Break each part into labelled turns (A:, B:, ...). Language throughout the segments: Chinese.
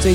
A: 最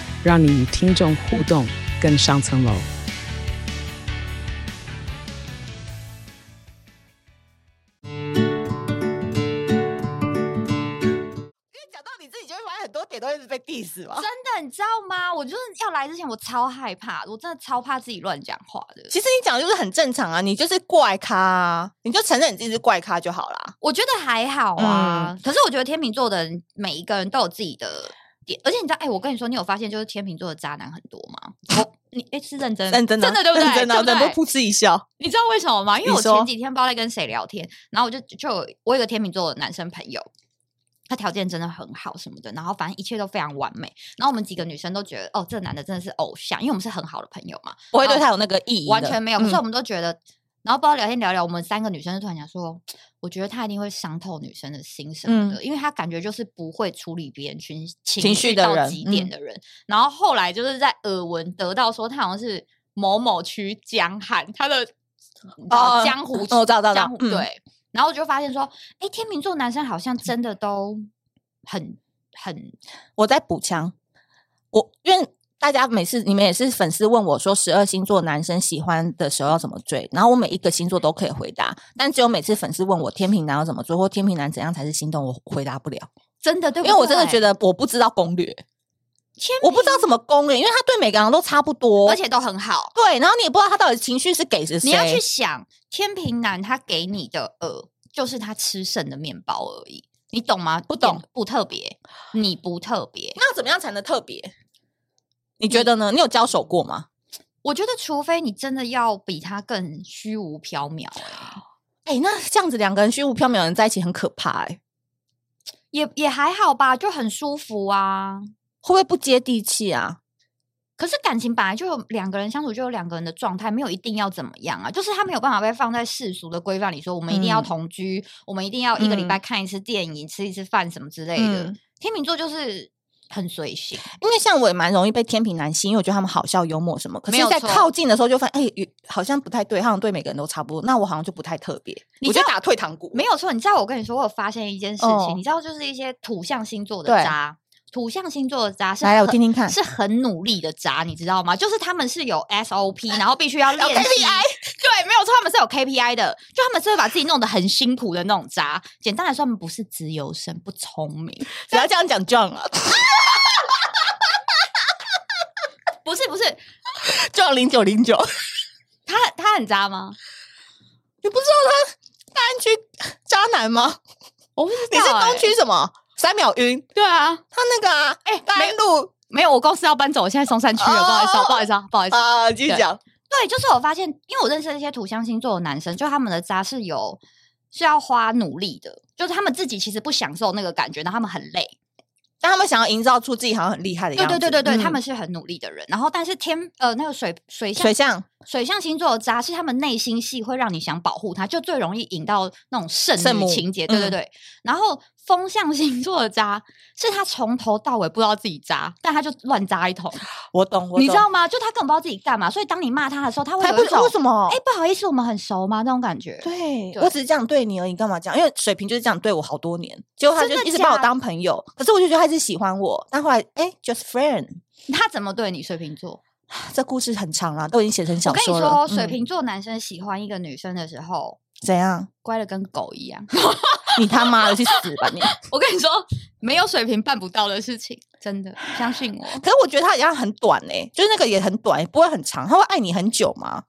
A: 让你与听众互动更上层楼。
B: 因为讲到你自己，就会发现很多点都一直被 diss 嘛。
C: 真的，你知道吗？我就是要来之前，我超害怕，我真的超怕自己乱讲话的。
B: 其实你讲的就是很正常啊，你就是怪咖、啊，你就承认你自己是怪咖就好啦。
C: 我觉得还好
B: 嗯
C: 啊，可是我觉得天秤座的人每一个人都有自己的点，而且你知道，哎、我跟你说，你有发现就是天秤座的渣男很多吗？我你哎、是认真
B: 认真的、啊，
C: 真的对不对？
B: 认真的、啊，
C: 对
B: 忍
C: 不
B: 不
C: 对
B: 住噗嗤一笑。
C: 你知道为什么吗？因为
B: 你
C: 我
B: 说
C: 前几天不知道在跟谁聊天，然后我就就有我有一个天秤座的男生朋友，他条件真的很好什么的，然后反正一切都非常完美。然后我们几个女生都觉得，哦，这个男的真的是偶像，因为我们是很好的朋友嘛，
B: 不会对他有那个意义的，
C: 完全没有。可是
B: 嗯
C: 我们都觉得，然后不知道聊天聊聊，我们三个女生就突然讲说，我觉得他一定会伤透女生的心什么的，因为他感觉就是不会处理别人情
B: 嗯情
C: 情
B: 绪
C: 绪
B: 的
C: 到
B: 人
C: 极点
B: 嗯
C: 的人。然后后来就是在耳闻得到说，他好像是某某区江汉，他的你知道
B: 哦
C: 江湖
B: 哦我知道知道
C: 江湖
B: 嗯
C: 对。然后我就发现说，哎，天秤座男生好像真的都很很
B: 我在补枪，我因为大家每次你们也是粉丝问我说十二星座男生喜欢的时候要怎么追，然后我每一个星座都可以回答，但只有每次粉丝问我天平男要怎么做或天平男怎样才是心动，我回答不了，
C: 真的对
B: 因
C: 不对，
B: 为哎我真的觉得我不知道攻略，
C: 天
B: 我不知道怎么攻略，因为他对每个人都差不多，
C: 而且都很好。
B: 对，然后你也不知道他到底情绪是给是谁，
C: 你要去想，天平男他给你的呃，就是他吃剩的面包而已，你懂吗？不
B: 懂，
C: 不特别，你不特别。
B: 那要怎么样才能特别？你觉得呢？你有交手过吗？
C: 我觉得，除非你真的要比他更虚无缥缈、欸，
B: 哎、那这样子两个人虚无缥缈的人在一起很可怕哎、
C: 也也还好吧，就很舒服啊。
B: 会不会不接地气啊？
C: 可是感情本来就有两个人相处，就有两个人的状态，没有一定要怎么样啊。就是他没有办法被放在世俗的规范里说，我们一定要
B: 嗯
C: 同居，我们一定要一个礼
B: 嗯
C: 拜看一次电影、吃一次饭什么之类的。
B: 嗯
C: 天秤座就是很随性。
B: 因为像我也蛮容易被天平男吸引，因为我觉得他们好笑、幽默什么。可
C: 没
B: 是，
C: 有
B: 在
C: 错
B: 靠近的时候就发现，哎、好像不太对，好像对每个人都差不多。那我好像就不太特别，
C: 你
B: 我
C: 知
B: 就
C: 道
B: 打退堂鼓。
C: 没有错，你知道我跟你说，我有发现一件事情，
B: 哦
C: 你知道就是一些土象星座的
B: 对
C: 渣，土象星座的渣是
B: 来，我
C: 很
B: 听听看。
C: 是很努力的渣，你知道吗？就是他们是有 SOP，然后必须 要练习
B: KPI
C: 对，没有错，他们是有 KPI 的，就他们是会把自己弄得很辛苦的那种渣。简单来说，他们不是自由生，不聪明，
B: 不要这样讲 John 啊
C: 不是不是，
B: ，John 零九零九，
C: 他他很渣吗？
B: 你不知道他大安区渣男吗？
C: 我不知
B: 你
C: 道、
B: 是
C: 欸，
B: 东区什么？三秒晕，
C: 对啊，
B: 他那个啊，
C: 哎、
B: 大
C: 没
B: 安路
C: 没有，我公司要搬走，我现在松山区了，不好意思哦，不好意思哦，不好意思哦，
B: 啊，继续讲。
C: 对，就是我发现，因为我认识的一些土象星座的男生，就他们的渣是有是要花努力的，就是他们自己其实不享受那个感觉，然后他们很累。
B: 但他们想要营造出自己好像很厉害的
C: 对
B: 样
C: 对
B: 子。
C: 对对对，他
B: 嗯
C: 们是很努力的人。然后，但是天呃那个水水象
B: 水象
C: 水象星座的渣是他们内心戏会让你想保护他，就最容易引到那种圣
B: 圣母
C: 母情节。对
B: 嗯
C: 对对。然后风象星座的渣是他从头到尾不知道自己渣，但他就乱渣一通，
B: 我懂， 我懂。
C: 你知道吗？就他根本不知道自己干嘛，所以当你骂他的时候，他会
B: 他
C: 有
B: 不
C: 一
B: 知道
C: 种
B: 为什么？
C: 哎、不好意思，我们很熟吗？那种感觉。
B: 对
C: 对
B: 我只是这样对你而已，干嘛这样？因为水瓶就是这样对我好多年，结果他
C: 真
B: 就
C: 的
B: 一直把我
C: 假
B: 当朋友，可是我就觉得他一直喜欢我，但后来哎，just friend，
C: 他怎么对你水瓶座？这
B: 这故事很长啦，都已经写成小
C: 我跟你
B: 说了。
C: 说，水
B: 嗯
C: 瓶座男生喜欢一个女生的时候，
B: 怎样？
C: 乖的跟狗一 样。
B: 你他妈的去死吧你！
C: 我跟你说，没有水平办不到的事情，真的相信 我。要
B: 可是我觉得他好像很短哎、就是那个也很短，不会很长，他会爱你很久吗？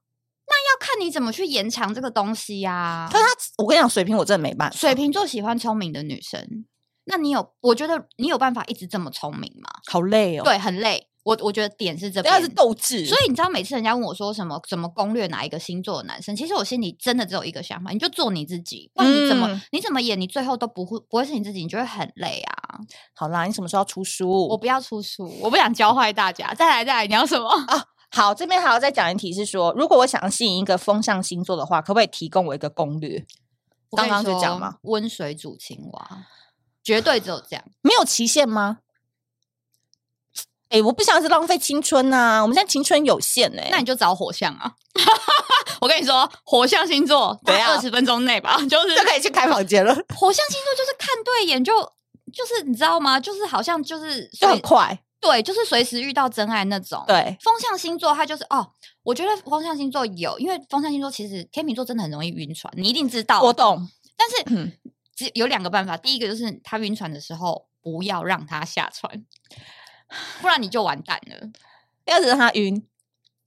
C: 看你怎么去延长这个东西呀、
B: 可是他，我跟你讲，啊水瓶我真的没办法，
C: 水瓶座喜欢聪明的女生，那你有？我觉得你有办法一直这么聪明吗？
B: 好累哦。
C: 对，很累。我我觉得点是这
B: 要是
C: 边。
B: 斗志，
C: 所以你知道每次人家问我说什么怎么攻略哪一个星座的男生，其实我心里真的只有一个想法，你就做你自己，不然你怎么、
B: 嗯
C: 你怎么演，你最后都不会不会是你自己，你就会很累啊！
B: 好啦，你什么时候要出书？
C: 我不要出书，我不想教坏大家。再来再来，你 要什么？
B: 好，这边还要再讲一题是说，如果我想要吸引一个风象星座的话，可不可以提供我一个攻略？
C: 我跟
B: 刚
C: 你
B: 刚就讲
C: 说
B: 嘛，
C: 温水煮青蛙，绝对只有这样。
B: 没有期限吗？哎、我不想是浪费青春呐、我们现在青春有限哎、
C: 那你就找火象啊！ 我跟你说，火象星座
B: 怎
C: 在
B: 样
C: 二十分钟内吧，就是
B: 就可以去开房间了，
C: 火象星座就是看对眼就就是你知道吗？就是好像就是
B: 就
C: 随
B: 很快。
C: 对，就是随时遇到真爱那种。，
B: 对，
C: 风象星座它就是哦，我觉得风象星座有，因为风象星座其实天秤座真的很容易晕船，你一定知道。
B: 我懂。
C: 但是
B: 嗯，
C: 只有两个办法，第一个就是他晕船的时候不要让他下船，不然你就完蛋了。
B: 要是让他晕，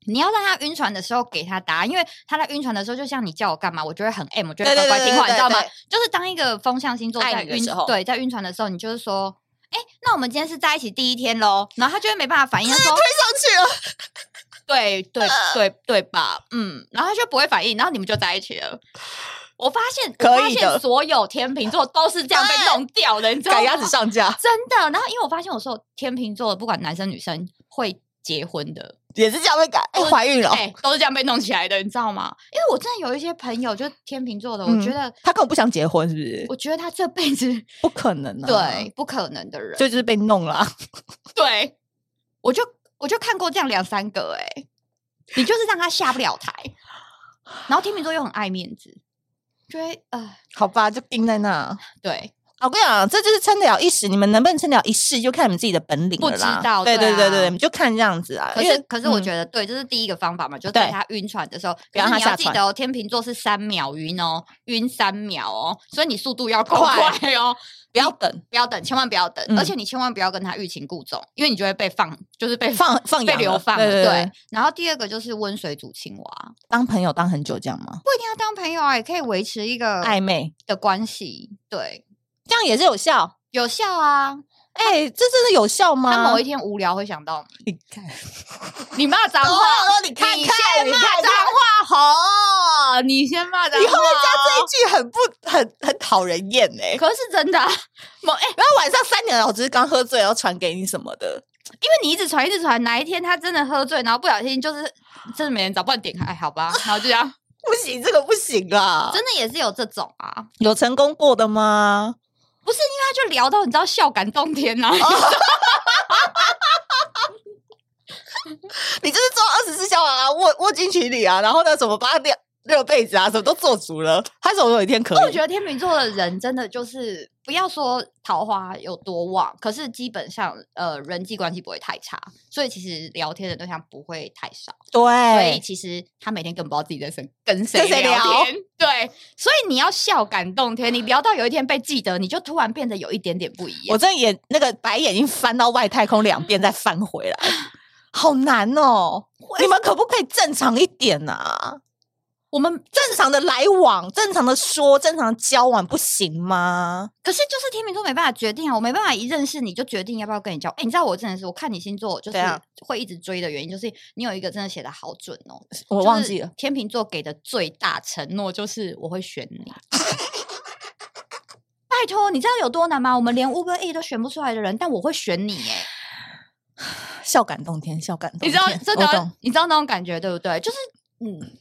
C: 你要让他晕船的时候给他答案，因为他在晕船的时候，就像你叫我干嘛，我就会很 M，我就会
B: 对对
C: 乖乖
B: 对
C: 听
B: 对
C: 话，你知道吗
B: 对对？
C: 就是当一个风象星座
B: 爱
C: 在
B: 你的
C: 晕
B: 时候
C: 对，在晕船的时候，你就是说，哎、那我们今天是在一起第一天喽，然后他就会没办法反应，
B: 啊
C: 他说，
B: 上去了，
C: 对
B: 呃
C: 对对对吧，嗯，然后他就不会反应，然后你们就在一起了。我发现，
B: 可
C: 我发
B: 以
C: 现
B: 的
C: 所有天秤座都是这样被弄掉的，你 知道
B: 赶鸭
C: 吗
B: 子？上架
C: 真的。然后，因为我发现我说天秤座的，不管男生女生会结婚的，
B: 也是这样被改。哎、
C: 我
B: 怀孕了，
C: 哎、都是这样被弄起来的，你知道吗？因为我真的有一些朋友，就天秤座的，我觉
B: 嗯
C: 得，
B: 他根本不想结婚，是不是？
C: 我觉得他这辈子
B: 不可能啊！
C: 对，不可能的人，
B: 就就是被弄了啊、
C: 对，我就我就看过这样两三个、哎，你就是让他下不了台，然后天秤座又很爱面子，就会呃，
B: 好吧，就定在那。
C: 对，
B: 啊我跟你讲，这就是撑得了一时，你们能不能撑得了一世，就看你们自己的本领
C: 不
B: 了
C: 知
B: 啦
C: 道
B: 对
C: 对
B: 对对对，
C: 啊
B: 你们就看这样子啊。
C: 可
B: 因为
C: 是可是我
B: 嗯
C: 觉得对，这是第一个方法嘛，就在
B: 对
C: 他晕船的时候，
B: 不
C: 可
B: 要
C: 是
B: 让
C: 你
B: 他
C: 要
B: 下
C: 记
B: 船
C: 得哦，天秤座是三秒晕哦，晕三秒哦，所以你速度要够
B: 快
C: 快哦，
B: 不要等，
C: 不要等，千万不要等，
B: 嗯
C: 而且你千万不要跟他欲擒故纵，因为你就会被放，就是被
B: 放放
C: 被
B: 羊
C: 流
B: 了
C: 放
B: 对
C: 了
B: 对对
C: 然后第二个就是温水煮青蛙，
B: 当朋友当很久这样吗？
C: 不一定要当朋友啊，也可以维持一个
B: 暧昧
C: 的关系，对，
B: 这样也是有效。
C: 有效啊。
B: 哎、这真的有效吗？
C: 他某一天无聊会想到你，
B: 你看，
C: 你骂脏
B: 我
C: 话，
B: 说你看
C: 你
B: 看，
C: 先
B: 你
C: 骂哦
B: 看
C: 脏
B: 看，
C: 话吼，你先骂脏
B: 你后面
C: 话，
B: 加这一句很不很很讨人厌哎、
C: 可是真的啊、 某哎、
B: 然后晚上三点，老师刚喝醉，然后传给你什么的，
C: 因为你一直传一直传，哪一天他真的喝醉，然后不小心就是真的没人找，不然点开，哎，好吧，然后就这样，
B: 不行，这个不行啊！
C: 真的也是有这种啊。
B: 有成功过的吗？
C: 不是因为他就聊到你知道笑感动天啊 呐、
B: 你就是做二十四小时啊，握握进去里啊，然后呢，什么把掉热被子啊，什么都做足了，他总有一天可以。
C: 我觉得天秤座的人真的就是不要说桃花有多旺，可是基本上呃人际关系不会太差，所以其实聊天的对象不会太少，所以
B: 对，
C: 其实他每天更不知道自己在跟跟
B: 跟
C: 谁
B: 谁
C: 聊
B: 聊
C: 天。对，所以你要笑感动天，你聊到有一天被记得，你就突然变得有一点点不一
B: 我
C: 样。
B: 真的眼那个白眼已经翻到外太空两
C: 嗯
B: 遍，再翻回来，好难哦！你们可不可以正常一点啊？
C: 我们
B: 正常的来往，正常的说，正常的交往，不行吗？
C: 可是就是天秤座没办法决定啊，我没办法一认识你就决定要不要跟你交往。哎、你知道我真的是，我看你星座就是
B: 怎样
C: 会一直追的原因，就是你有一个真的写的好准哦，
B: 我
C: 就
B: 忘
C: 是
B: 记了，
C: 天秤座给的最大承诺就是我会选 你。拜托，你知道有多难吗？我们连 Uber E 都选不出来的人，但我会选 你哎、
B: 笑感动天，笑感动
C: 你
B: 天，
C: 知道真
B: 我
C: 的
B: 懂，
C: 你知道那种感觉对不对？就是嗯，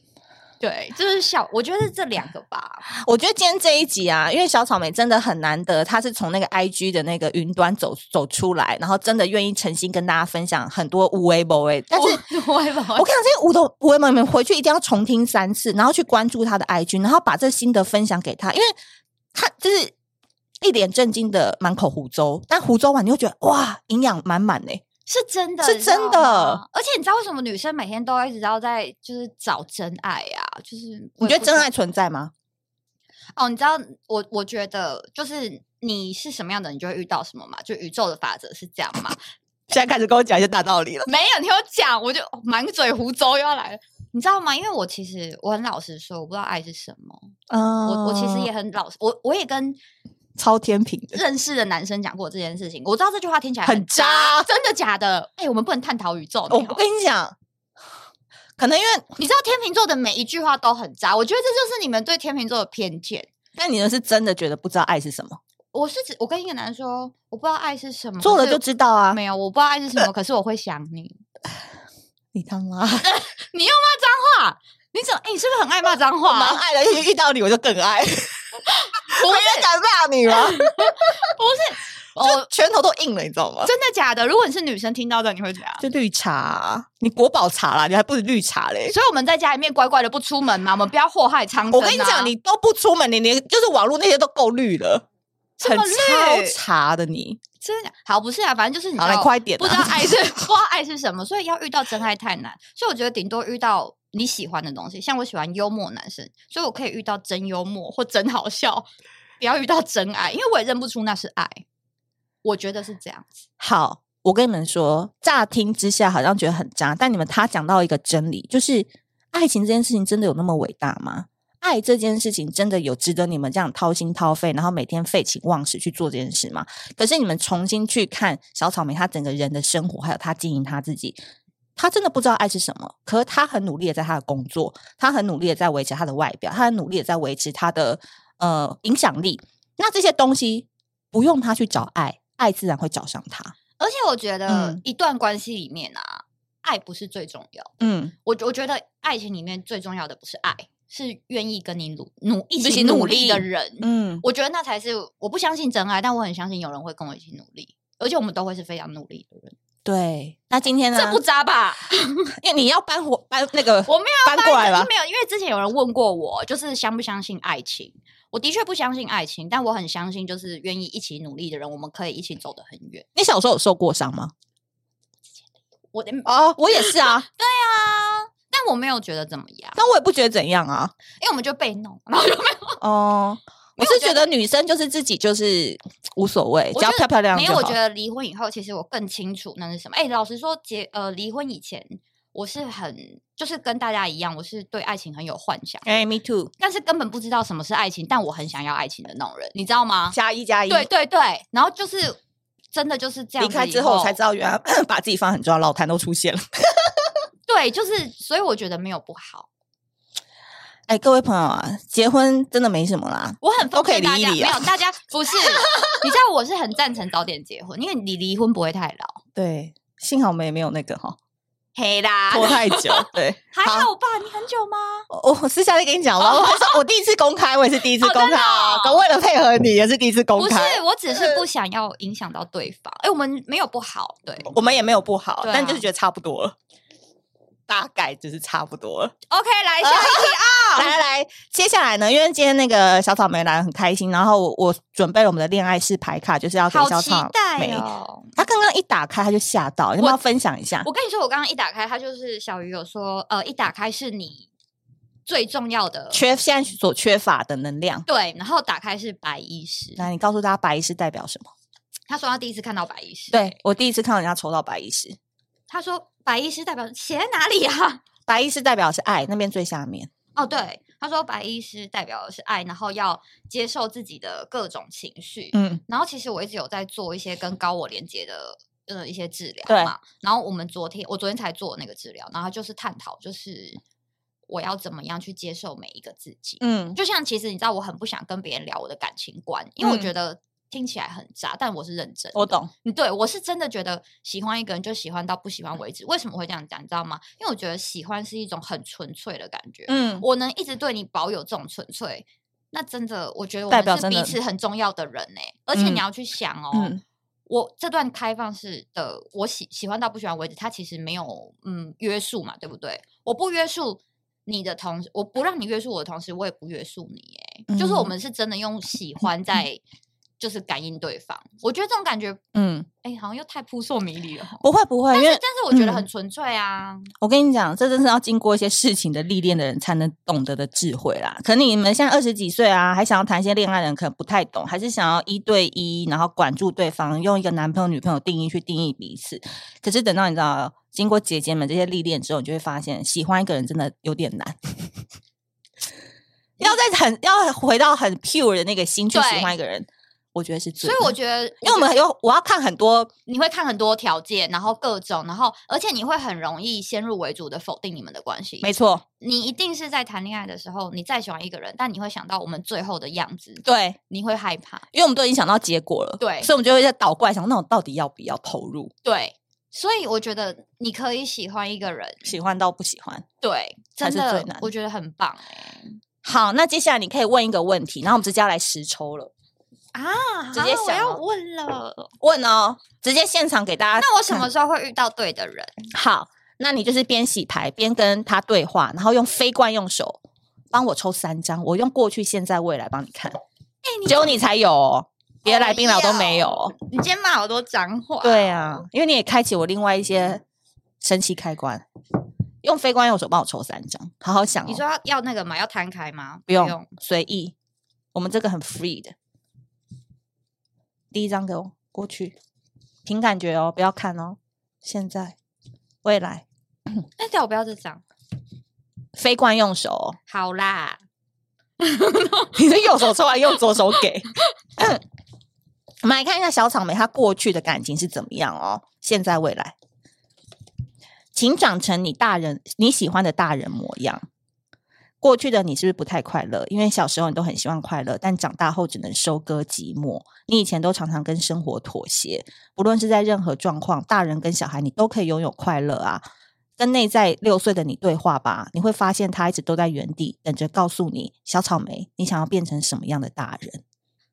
C: 对，就是笑。我觉得是这两个吧，
B: 我觉得今天这一集啊，因为小草莓真的很难得，她是从那个 I G 的那个云端走走出来，然后真的愿意诚心跟大家分享很多无为不为，但是。
C: 我会不
B: 我看到这些五的五位们，你们回去一定要重听三次，然后去关注他的 IG，然后把这心得分享给他，因为他就是一脸正经的满口胡诌，但胡诌完你就觉得哇，营养满满呢。
C: 是真的，
B: 是
C: 你知道
B: 真的
C: 吗。而且你知道为什么女生每天都要一直要在就是找真爱呀、啊？就是
B: 你
C: 我
B: 觉
C: 也
B: 得
C: 不
B: 真
C: 知
B: 爱存在吗？
C: 哦？你知道我我觉得就是你是什么样的，你就会遇到什么嘛。就宇宙的法则是这样嘛？
B: 现在开始跟我讲一些大道理了。
C: 没有，你听我讲，我就哦满嘴胡诌又要来了。你知道吗？因为我其实我很老实说，我不知道爱是什么。
B: 嗯
C: 我我其实也很老实，我我也跟
B: 超天平的。
C: 认识的男生讲过这件事情，我知道这句话听起来
B: 很
C: 很
B: 渣哦
C: 真的假的？哎、我们不能探讨宇宙。
B: 我
C: 你好
B: 跟你讲，可能因为
C: 你知道天秤座的每一句话都很渣，我觉得这就是你们对天秤座的偏见。
B: 那你呢是真的觉得不知道爱是什么，
C: 我是指，我跟一个男生说，我不知道爱是什么，
B: 做了
C: 可
B: 就是知道啊。
C: 没有，我不知道爱是什么，可是我会想你。
B: 你他妈，
C: 你又骂脏话，你怎么？哎、你是不是很爱骂脏话啊、
B: 蛮爱的，遇到你我就更 爱，我
C: 不
B: 也敢骂你 吗？
C: 是，
B: 就
C: 哦，
B: 拳头都硬了，你知道吗？
C: 真的假的？如果你是女生听到的，你会怎样？
B: 就绿茶啊，你国宝茶啦，你还不如绿茶嘞。
C: 所以我们在家里面乖乖的不出门嘛，我们不要祸害苍生、啊。
B: 我跟你讲，你都不出门，你连就是网络那些都够绿了，
C: 这
B: 很
C: 么
B: 超
C: 绿
B: 茶的你。
C: 真的假好不是啊，反正就是你
B: 好
C: 知
B: 了，
C: 道
B: 你快点啊，
C: 不知道爱是 不知道爱是什么，所以要遇到真爱太难。所以我觉得顶多遇到你喜欢的东西，像我喜欢幽默男生，所以我可以遇到真幽默或真好笑，不要遇到真爱，因为我也认不出那是爱。我觉得是这样子，
B: 好，我跟你们说，乍听之下好像觉得很渣，但你们他讲到一个真理，就是爱情这件事情真的有那么伟大吗？爱这件事情真的有值得你们这样掏心掏肺，然后每天废寝忘食去做这件事吗？可是你们重新去看小草莓她整个人的生活，还有她经营她自己，她真的不知道爱是什么。可是她很努力的在她的工作，她很努力的在维持她的外表，她很努力的在维持她的呃影响力。那这些东西不用她去找爱，爱自然会找上她。
C: 而且我觉得
B: 嗯
C: 一段关系里面啊，爱不是最重要。
B: 嗯，
C: 我我觉得爱情里面最重要的不是爱，是愿意跟你努努一
B: 一起
C: 起
B: 努
C: 努力的
B: 力
C: 人。
B: 嗯，
C: 我觉得那才是我不相信真爱，但我很相信有人会跟我一起努力，而且我们都会是非常努力的人。
B: 对。啊那今天呢？
C: 这不 渣吧？
B: 因为你要搬火搬那个，
C: 我没有
B: 搬过来吧
C: 因为没有，因为之前有人问过我，就是相不相信爱情？我的确不相信爱情，但我很相信，就是愿意一起努力的人，我们可以一起走得很远。
B: 你小时候有受过伤吗？
C: 我的
B: 哦，我也是 啊，
C: 啊，但我没有觉得怎么样，
B: 但我也不觉得怎样啊。
C: 因为我们就被弄，然后就没
B: 哦， 我是觉得女生就是自己就是无所谓，
C: 我
B: 只要
C: 觉得
B: 漂漂亮亮
C: 没
B: 就
C: 有。
B: 好。
C: 我觉得离婚以后，其实我更清楚那是什么。哎，老实说，结呃离婚以前，我是很就是跟大家一样，我是对爱情很有幻想。
B: 哎、m e too，
C: 但是根本不知道什么是爱情，但我很想要爱情的那种人，你知道吗？
B: 加一加一。
C: 对，对对，然后就是真的就是这样
B: 离
C: 子
B: 开
C: 以
B: 之后我才知道，原来 把自己放得很重要，老谭都出现了。
C: 对，就是所以我觉得没有不好，
B: 哎、各位朋友啊，结婚真的没什么啦。
C: 我很
B: 都
C: 奉
B: 可以
C: 劝大
B: 离一
C: 家，
B: 离
C: 没
B: 啊
C: 有大家不是，你知道我是很赞成早点结婚，因为你离婚不会太老，
B: 对，幸好我们也没有那个哈，
C: 嘿啦，
B: 拖太 久。对，
C: 还好吧？你很久吗？
B: 我我私下再跟你讲吧。我很少，我第一次公开，我也是第一次
C: 哦
B: 公
C: 真
B: 开
C: 的
B: 啊
C: 哦。
B: 可为了配合你，也是第一次公
C: 不是
B: 开。，
C: 我只是
B: 呃
C: 不想要影响到对方。哎、我们没有不好，对
B: 我们也没有不好，
C: 对啊
B: 但就是觉得差不多了，大概就是差不多了。
C: ，OK，来 下一题啊，
B: 来来来，接下来呢，因为今天那个小草莓来很开心，然后我我准备了我们的恋爱式牌卡，就是要给
C: 好
B: 小
C: 期
B: 草
C: 待
B: 莓。
C: 哦！
B: 他刚刚一打开他就吓到，要不要分享一下？
C: 我跟你说，我刚刚一打开，它就是小鱼有说，呃，一打开是你最重要的，
B: 缺现在所缺乏的能量。
C: 对，然后打开是白医师，
B: 来，你告诉大家白衣是代表什么？
C: 他说他第一次看到白医师，
B: 对，我第一次看到人家抽到白衣是，
C: 他说白医师代表写在哪里啊？
B: 白衣是代表是爱，那边最下面。
C: 哦，对，他说白医师代表的是爱，然后要接受自己的各种情绪，
B: 嗯，
C: 然后其实我一直有在做一些跟高我连接的呃一些治
B: 对
C: 疗嘛。然后我们昨天我昨天才做那个治疗，然后就是探讨就是我要怎么样去接受每一个自己。
B: 嗯，
C: 就像其实你知道，我很不想跟别人聊我的感情观，因为我
B: 嗯
C: 觉得听起来很渣，但我是认真的。
B: 我懂。
C: 嗯，对我是真的觉得喜欢一个人就喜欢到不喜
B: 嗯
C: 欢为止。为什么会这样讲？你知道吗？因为我觉得喜欢是一种很纯粹的感觉。
B: 嗯，
C: 我能一直对你保有这种纯粹，那真的，我觉得我
B: 代表
C: 们是
B: 真
C: 彼
B: 的
C: 此很重要的人呢、而且
B: 嗯
C: 你要去想哦，
B: 嗯
C: 我这段开放式的，我喜喜欢到不喜欢为止，它其实没有嗯约束嘛，对不对？我不约束你的同时，我不让你约束我的同时，我也不约束你、欸。就是我
B: 嗯
C: 们是真的用喜欢在就是感应对方。我觉得这种感觉，
B: 嗯，
C: 哎、好像又太扑朔迷离了吼。
B: 不会不会，
C: 但
B: 因
C: 是，
B: 为
C: 但是我觉得
B: 嗯
C: 很纯粹啊。
B: 我跟你讲，这真是要经过一些事情的历练的人才能懂得的智慧啦。可能你们现在二十几岁啊，还想要谈一些恋爱的人，可能不太懂，还是想要一对一，然后管住对方，用一个男朋友、女朋友定义去定义彼此。可是等到你知道，经过姐姐们这些历练之后，你就会发现，喜欢一个人真的有点难。要在很要回到很 pure 的那个心去喜
C: 对
B: 欢一个人，我觉得是最
C: 所
B: 的。
C: 以我觉得，
B: 因为我们有我要看很多，
C: 你会看很多条件，然后各种，然后而且你会很容易先入为主的否定你们的关系。
B: 没错，
C: 你一定是在谈恋爱的时候，你再喜欢一个人，但你会想到我们最后的样子，
B: 对，
C: 你会害怕。
B: 因为我们都已经想到结果了，
C: 对
B: 所以我们就会在倒过来想，那我到底要不要投入？
C: 对，所以我觉得你可以喜欢一个人，
B: 喜欢到不喜欢。
C: 对，
B: 才
C: 真
B: 是最
C: 的
B: 难，
C: 我觉得很棒哎、
B: 好，那接下来你可以问一个问题，然后我们直接要来实抽了，
C: 啊
B: 直接
C: 好我
B: 想
C: 要
B: 哦
C: 问了，
B: 问哦，直接现场给大家看。
C: 那我什么时候会遇到对的人？
B: 好？那你就是边洗牌边跟他对话，然后用非惯用手帮我抽三张，我用过去、现在、未来帮你看，
C: 哎、你哎
B: 只有你才有哦，别的来宾老都没有哦。
C: 你今天骂好多脏话，
B: 对，啊，因为你也开启我另外一些神奇开关，用非惯用手帮我抽三张，好好想、哦。
C: 你说要要那个吗？要摊开吗？
B: 不用，随意，我们这个很 free 的。第一张给我过去，凭感觉哦，不要看哦。现在、未来，
C: 那叫我不要这张。
B: 非惯用手、哦，
C: 好啦，
B: 你的右手抽完，用左手给。嗯我们来看一下小草莓她过去的感情是怎么样哦，现在未来，请长成你大人你喜欢的大人模样。过去的你是不是不太快乐？因为小时候你都很希望快乐，但长大后只能收割寂寞。你以前都常常跟生活妥协，不论是在任何状况，大人跟小孩你都可以拥有快乐啊。跟内在六岁的你对话吧，你会发现他一直都在原地等着告诉你，小草莓，你想要变成什么样的大人？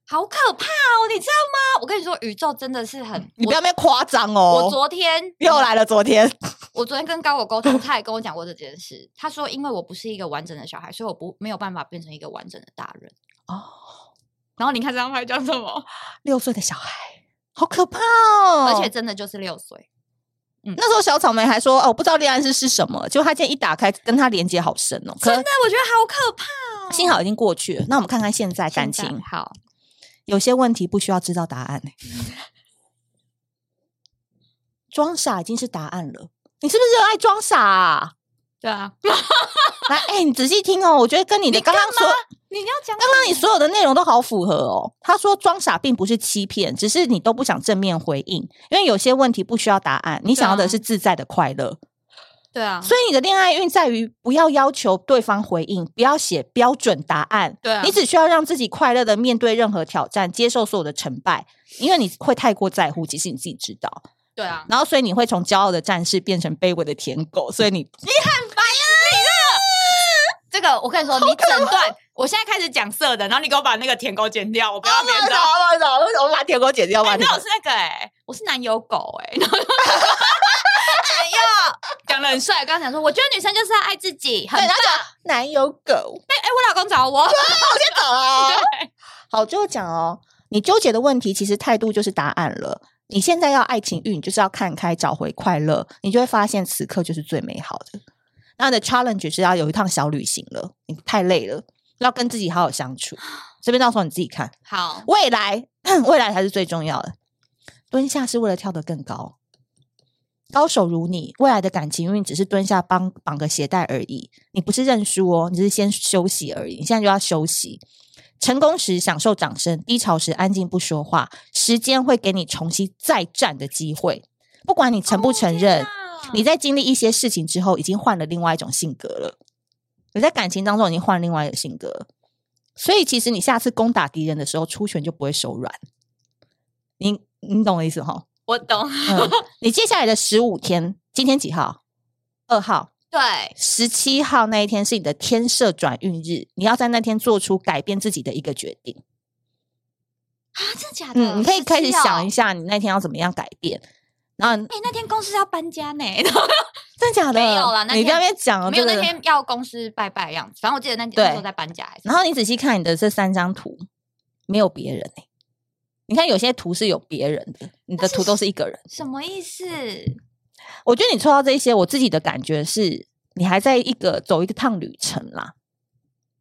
C: 好可怕哦，你知道吗？我跟你说，宇宙真的是很……
B: 嗯你不要那边夸张
C: 我
B: 哦！
C: 我昨天
B: 又来了，昨天
C: 我昨天跟高我 沟通，他也跟我讲过这件事。他说，因为我不是一个完整的小孩，所以我不没有办法变成一个完整的大人。
B: 哦，
C: 然后你看这张牌叫什么？
B: 六岁的小孩，好可怕哦！
C: 而且真的就是六岁。
B: 那时候小草莓还说：“哦，我不知道恋爱是是什么。”结果他今天一打开，跟他连接好深哦。可
C: 真的，我觉得好可怕哦！
B: 幸好已经过去了。那我们看看现在感
C: 现在
B: 情，
C: 好，
B: 有些问题不需要知道答案、欸。装傻已经是答案了，你是不是热爱装傻、啊？
C: 对啊，
B: 来，哎、你仔细听哦，我觉得跟你的
C: 你
B: 刚刚
C: 干
B: 所
C: 嘛你要讲
B: 刚啊刚你所有的内容都好符合哦。他说装傻并不是欺骗，只是你都不想正面回应，因为有些问题不需要答案，你想要的是自在的快乐。
C: 对啊，
B: 所以你的恋爱运在于不要要求对方回应，不要写标准答案。
C: 对啊
B: 你只需要让自己快乐的面对任何挑战，接受所有的成败，因为你会太过在乎，其实你自己知道。
C: 对啊，
B: 然后所以你会从骄傲的战士变成卑微的舔狗，所以 你
C: 这个我跟你说，你整段，我现在开始讲色的，然后你给我把那个舔狗剪掉，我不要
B: 不好
C: 脸
B: 意思
C: 到。
B: 好不好意思我把舔狗剪掉，
C: 哎
B: 把
C: 你知
B: 舔
C: 道
B: 狗
C: 我是那个哎、我是男友狗哎、然后就哎呀， 讲的很帅。我刚刚讲说，我觉得女生就是要爱自己，很
B: 对
C: 棒。
B: 他
C: 哎、
B: 男友狗。
C: 我老公找我，哦
B: 好啊。 好，最后讲哦，你纠结的问题其实态度就是答案了。你现在要爱情运，就是要看开，找回快乐，你就会发现此刻就是最美好的。那你的 challenge 是要有一趟小旅行了，你太累了，要跟自己好好相处。这边到时候你自己看，
C: 好，
B: 未来 未来才是最重要的。蹲下是为了跳得更高，高手如你，未来的感情运只是蹲下帮绑个鞋带而已。你不是认输哦，你只是先休息而已。你现在就要休息。成功时享受掌声，低潮时安静不说话。时间会给你重新再战的机会，不管你承不承认，
C: 哦
B: 你在经历一些事情之后，已经换了另外一种性格了。你在感情当中已经换另外一个性格了，所以其实你下次攻打敌人的时候，出拳就不会手软。你你懂我意思哈？
C: 我懂。
B: 嗯，你接下来的十五天，今天几号？二号。
C: 对，
B: 十七号那一天是你的天赦转运日，你要在那天做出改变自己的一个决定。
C: 啊，真的假的？
B: 嗯，你可以开始想一
C: 下。
B: 下，你那天要怎么样改变。然后，
C: 哎、那天公司要搬家呢，
B: 真的假的？
C: 没有啦那
B: 你
C: 天
B: 刚才讲了哦
C: 没有
B: 这
C: 那
B: 个
C: 天要公司拜拜的样子。反正我记得那天
B: 对
C: 那时候在搬家还是，
B: 然后你仔细看你的这三张图，没有别人、欸、你看有些图是有别人的，你的图都是一个人。
C: 什么意思？
B: 我觉得你抽到这一些，我自己的感觉是你还在一个走一个趟旅程啦。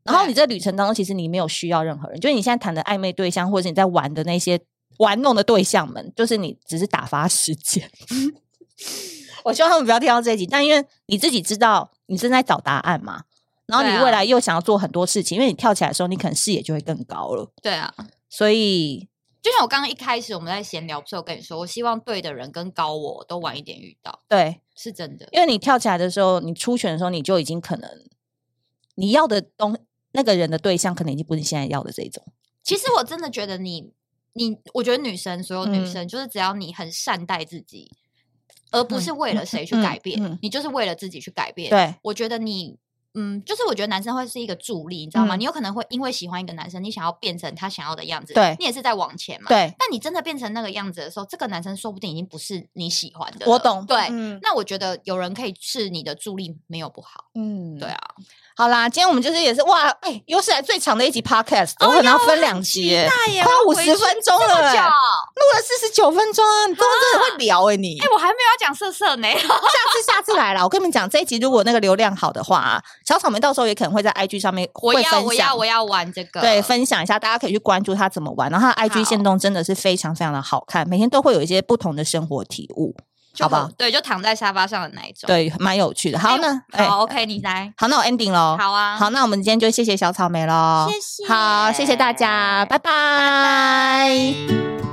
B: 然后
C: 对
B: 你这旅程当中，其实你没有需要任何人，就是你现在谈的暧昧对象，或者是你在玩的那些玩弄的对象们，就是你只是打发时间。 我希望他们不要听到这一集，但因为你自己知道你正在找答案嘛，然后你
C: 对啊
B: 未来又想要做很多事情，因为你跳起来的时候，你可能视野就会更高了。
C: 对啊，
B: 所以
C: 就像我刚刚一开始我们在闲聊，不是有跟你说，我希望对的人跟高我都晚一点遇到，
B: 对，
C: 是真的。
B: 因为你跳起来的时候，你出拳的时候，你就已经可能你要的东那个人的对象，可能已经不是你现在要的这一种。
C: 其实我真的觉得你，你，我觉得女生，所有女
B: 嗯
C: 生，就是只要你很善待自己，而不是为了谁去
B: 嗯
C: 改变，
B: 嗯
C: 你就是为了自己去改变。，
B: 对，
C: 我觉得你，嗯，就是我觉得男生会是一个助力，你知道吗？
B: 嗯
C: 你有可能会因为喜欢一个男生，你想要变成他想要的样子，
B: 对
C: 你也是在往前嘛。。
B: 对，
C: 但你真的变成那个样子的时候，这个男生说不定已经不是你喜欢的了。
B: 我懂。
C: 对，
B: 嗯
C: 那我觉得有人可以是你的助力，没有不好。
B: 嗯
C: 对啊，
B: 好啦，今天我们就是也是哇，哎、有史以来最长的一集 podcast，我
C: 哦
B: 可能要分两集耶，
C: 耶
B: 快
C: 我
B: 五
C: 回
B: 十
C: 去
B: 分钟
C: 这
B: 了
C: 么
B: 哎，
C: 久
B: 录了四十九分钟啊，你真的真的会聊哎、你。
C: 哎、我还没有要讲色色呢。
B: 下次下次来啦，我跟你们讲，这一集如果那个流量好的话啊，小草莓到时候也可能会在 IG 上面
C: 我
B: 会
C: 要，
B: 分
C: 我要，
B: 享。
C: 我要玩这个。
B: 对，分享一下，大家可以去关注他怎么玩。然后他的 IG
C: 好
B: 线动真的是非常非常的好看，每天都会有一些不同的生活体悟，
C: 就
B: 好不
C: 很
B: 好？
C: 对，就躺在沙发上的那一种。
B: 对，蛮有趣的。好，
C: 哎
B: 那哎
C: 好，OK，你来。
B: 好，那我 ending 喽。
C: 好啊，
B: 好，那我们今天就谢谢小草莓喽。
C: 谢谢
B: 好，谢谢大家，拜拜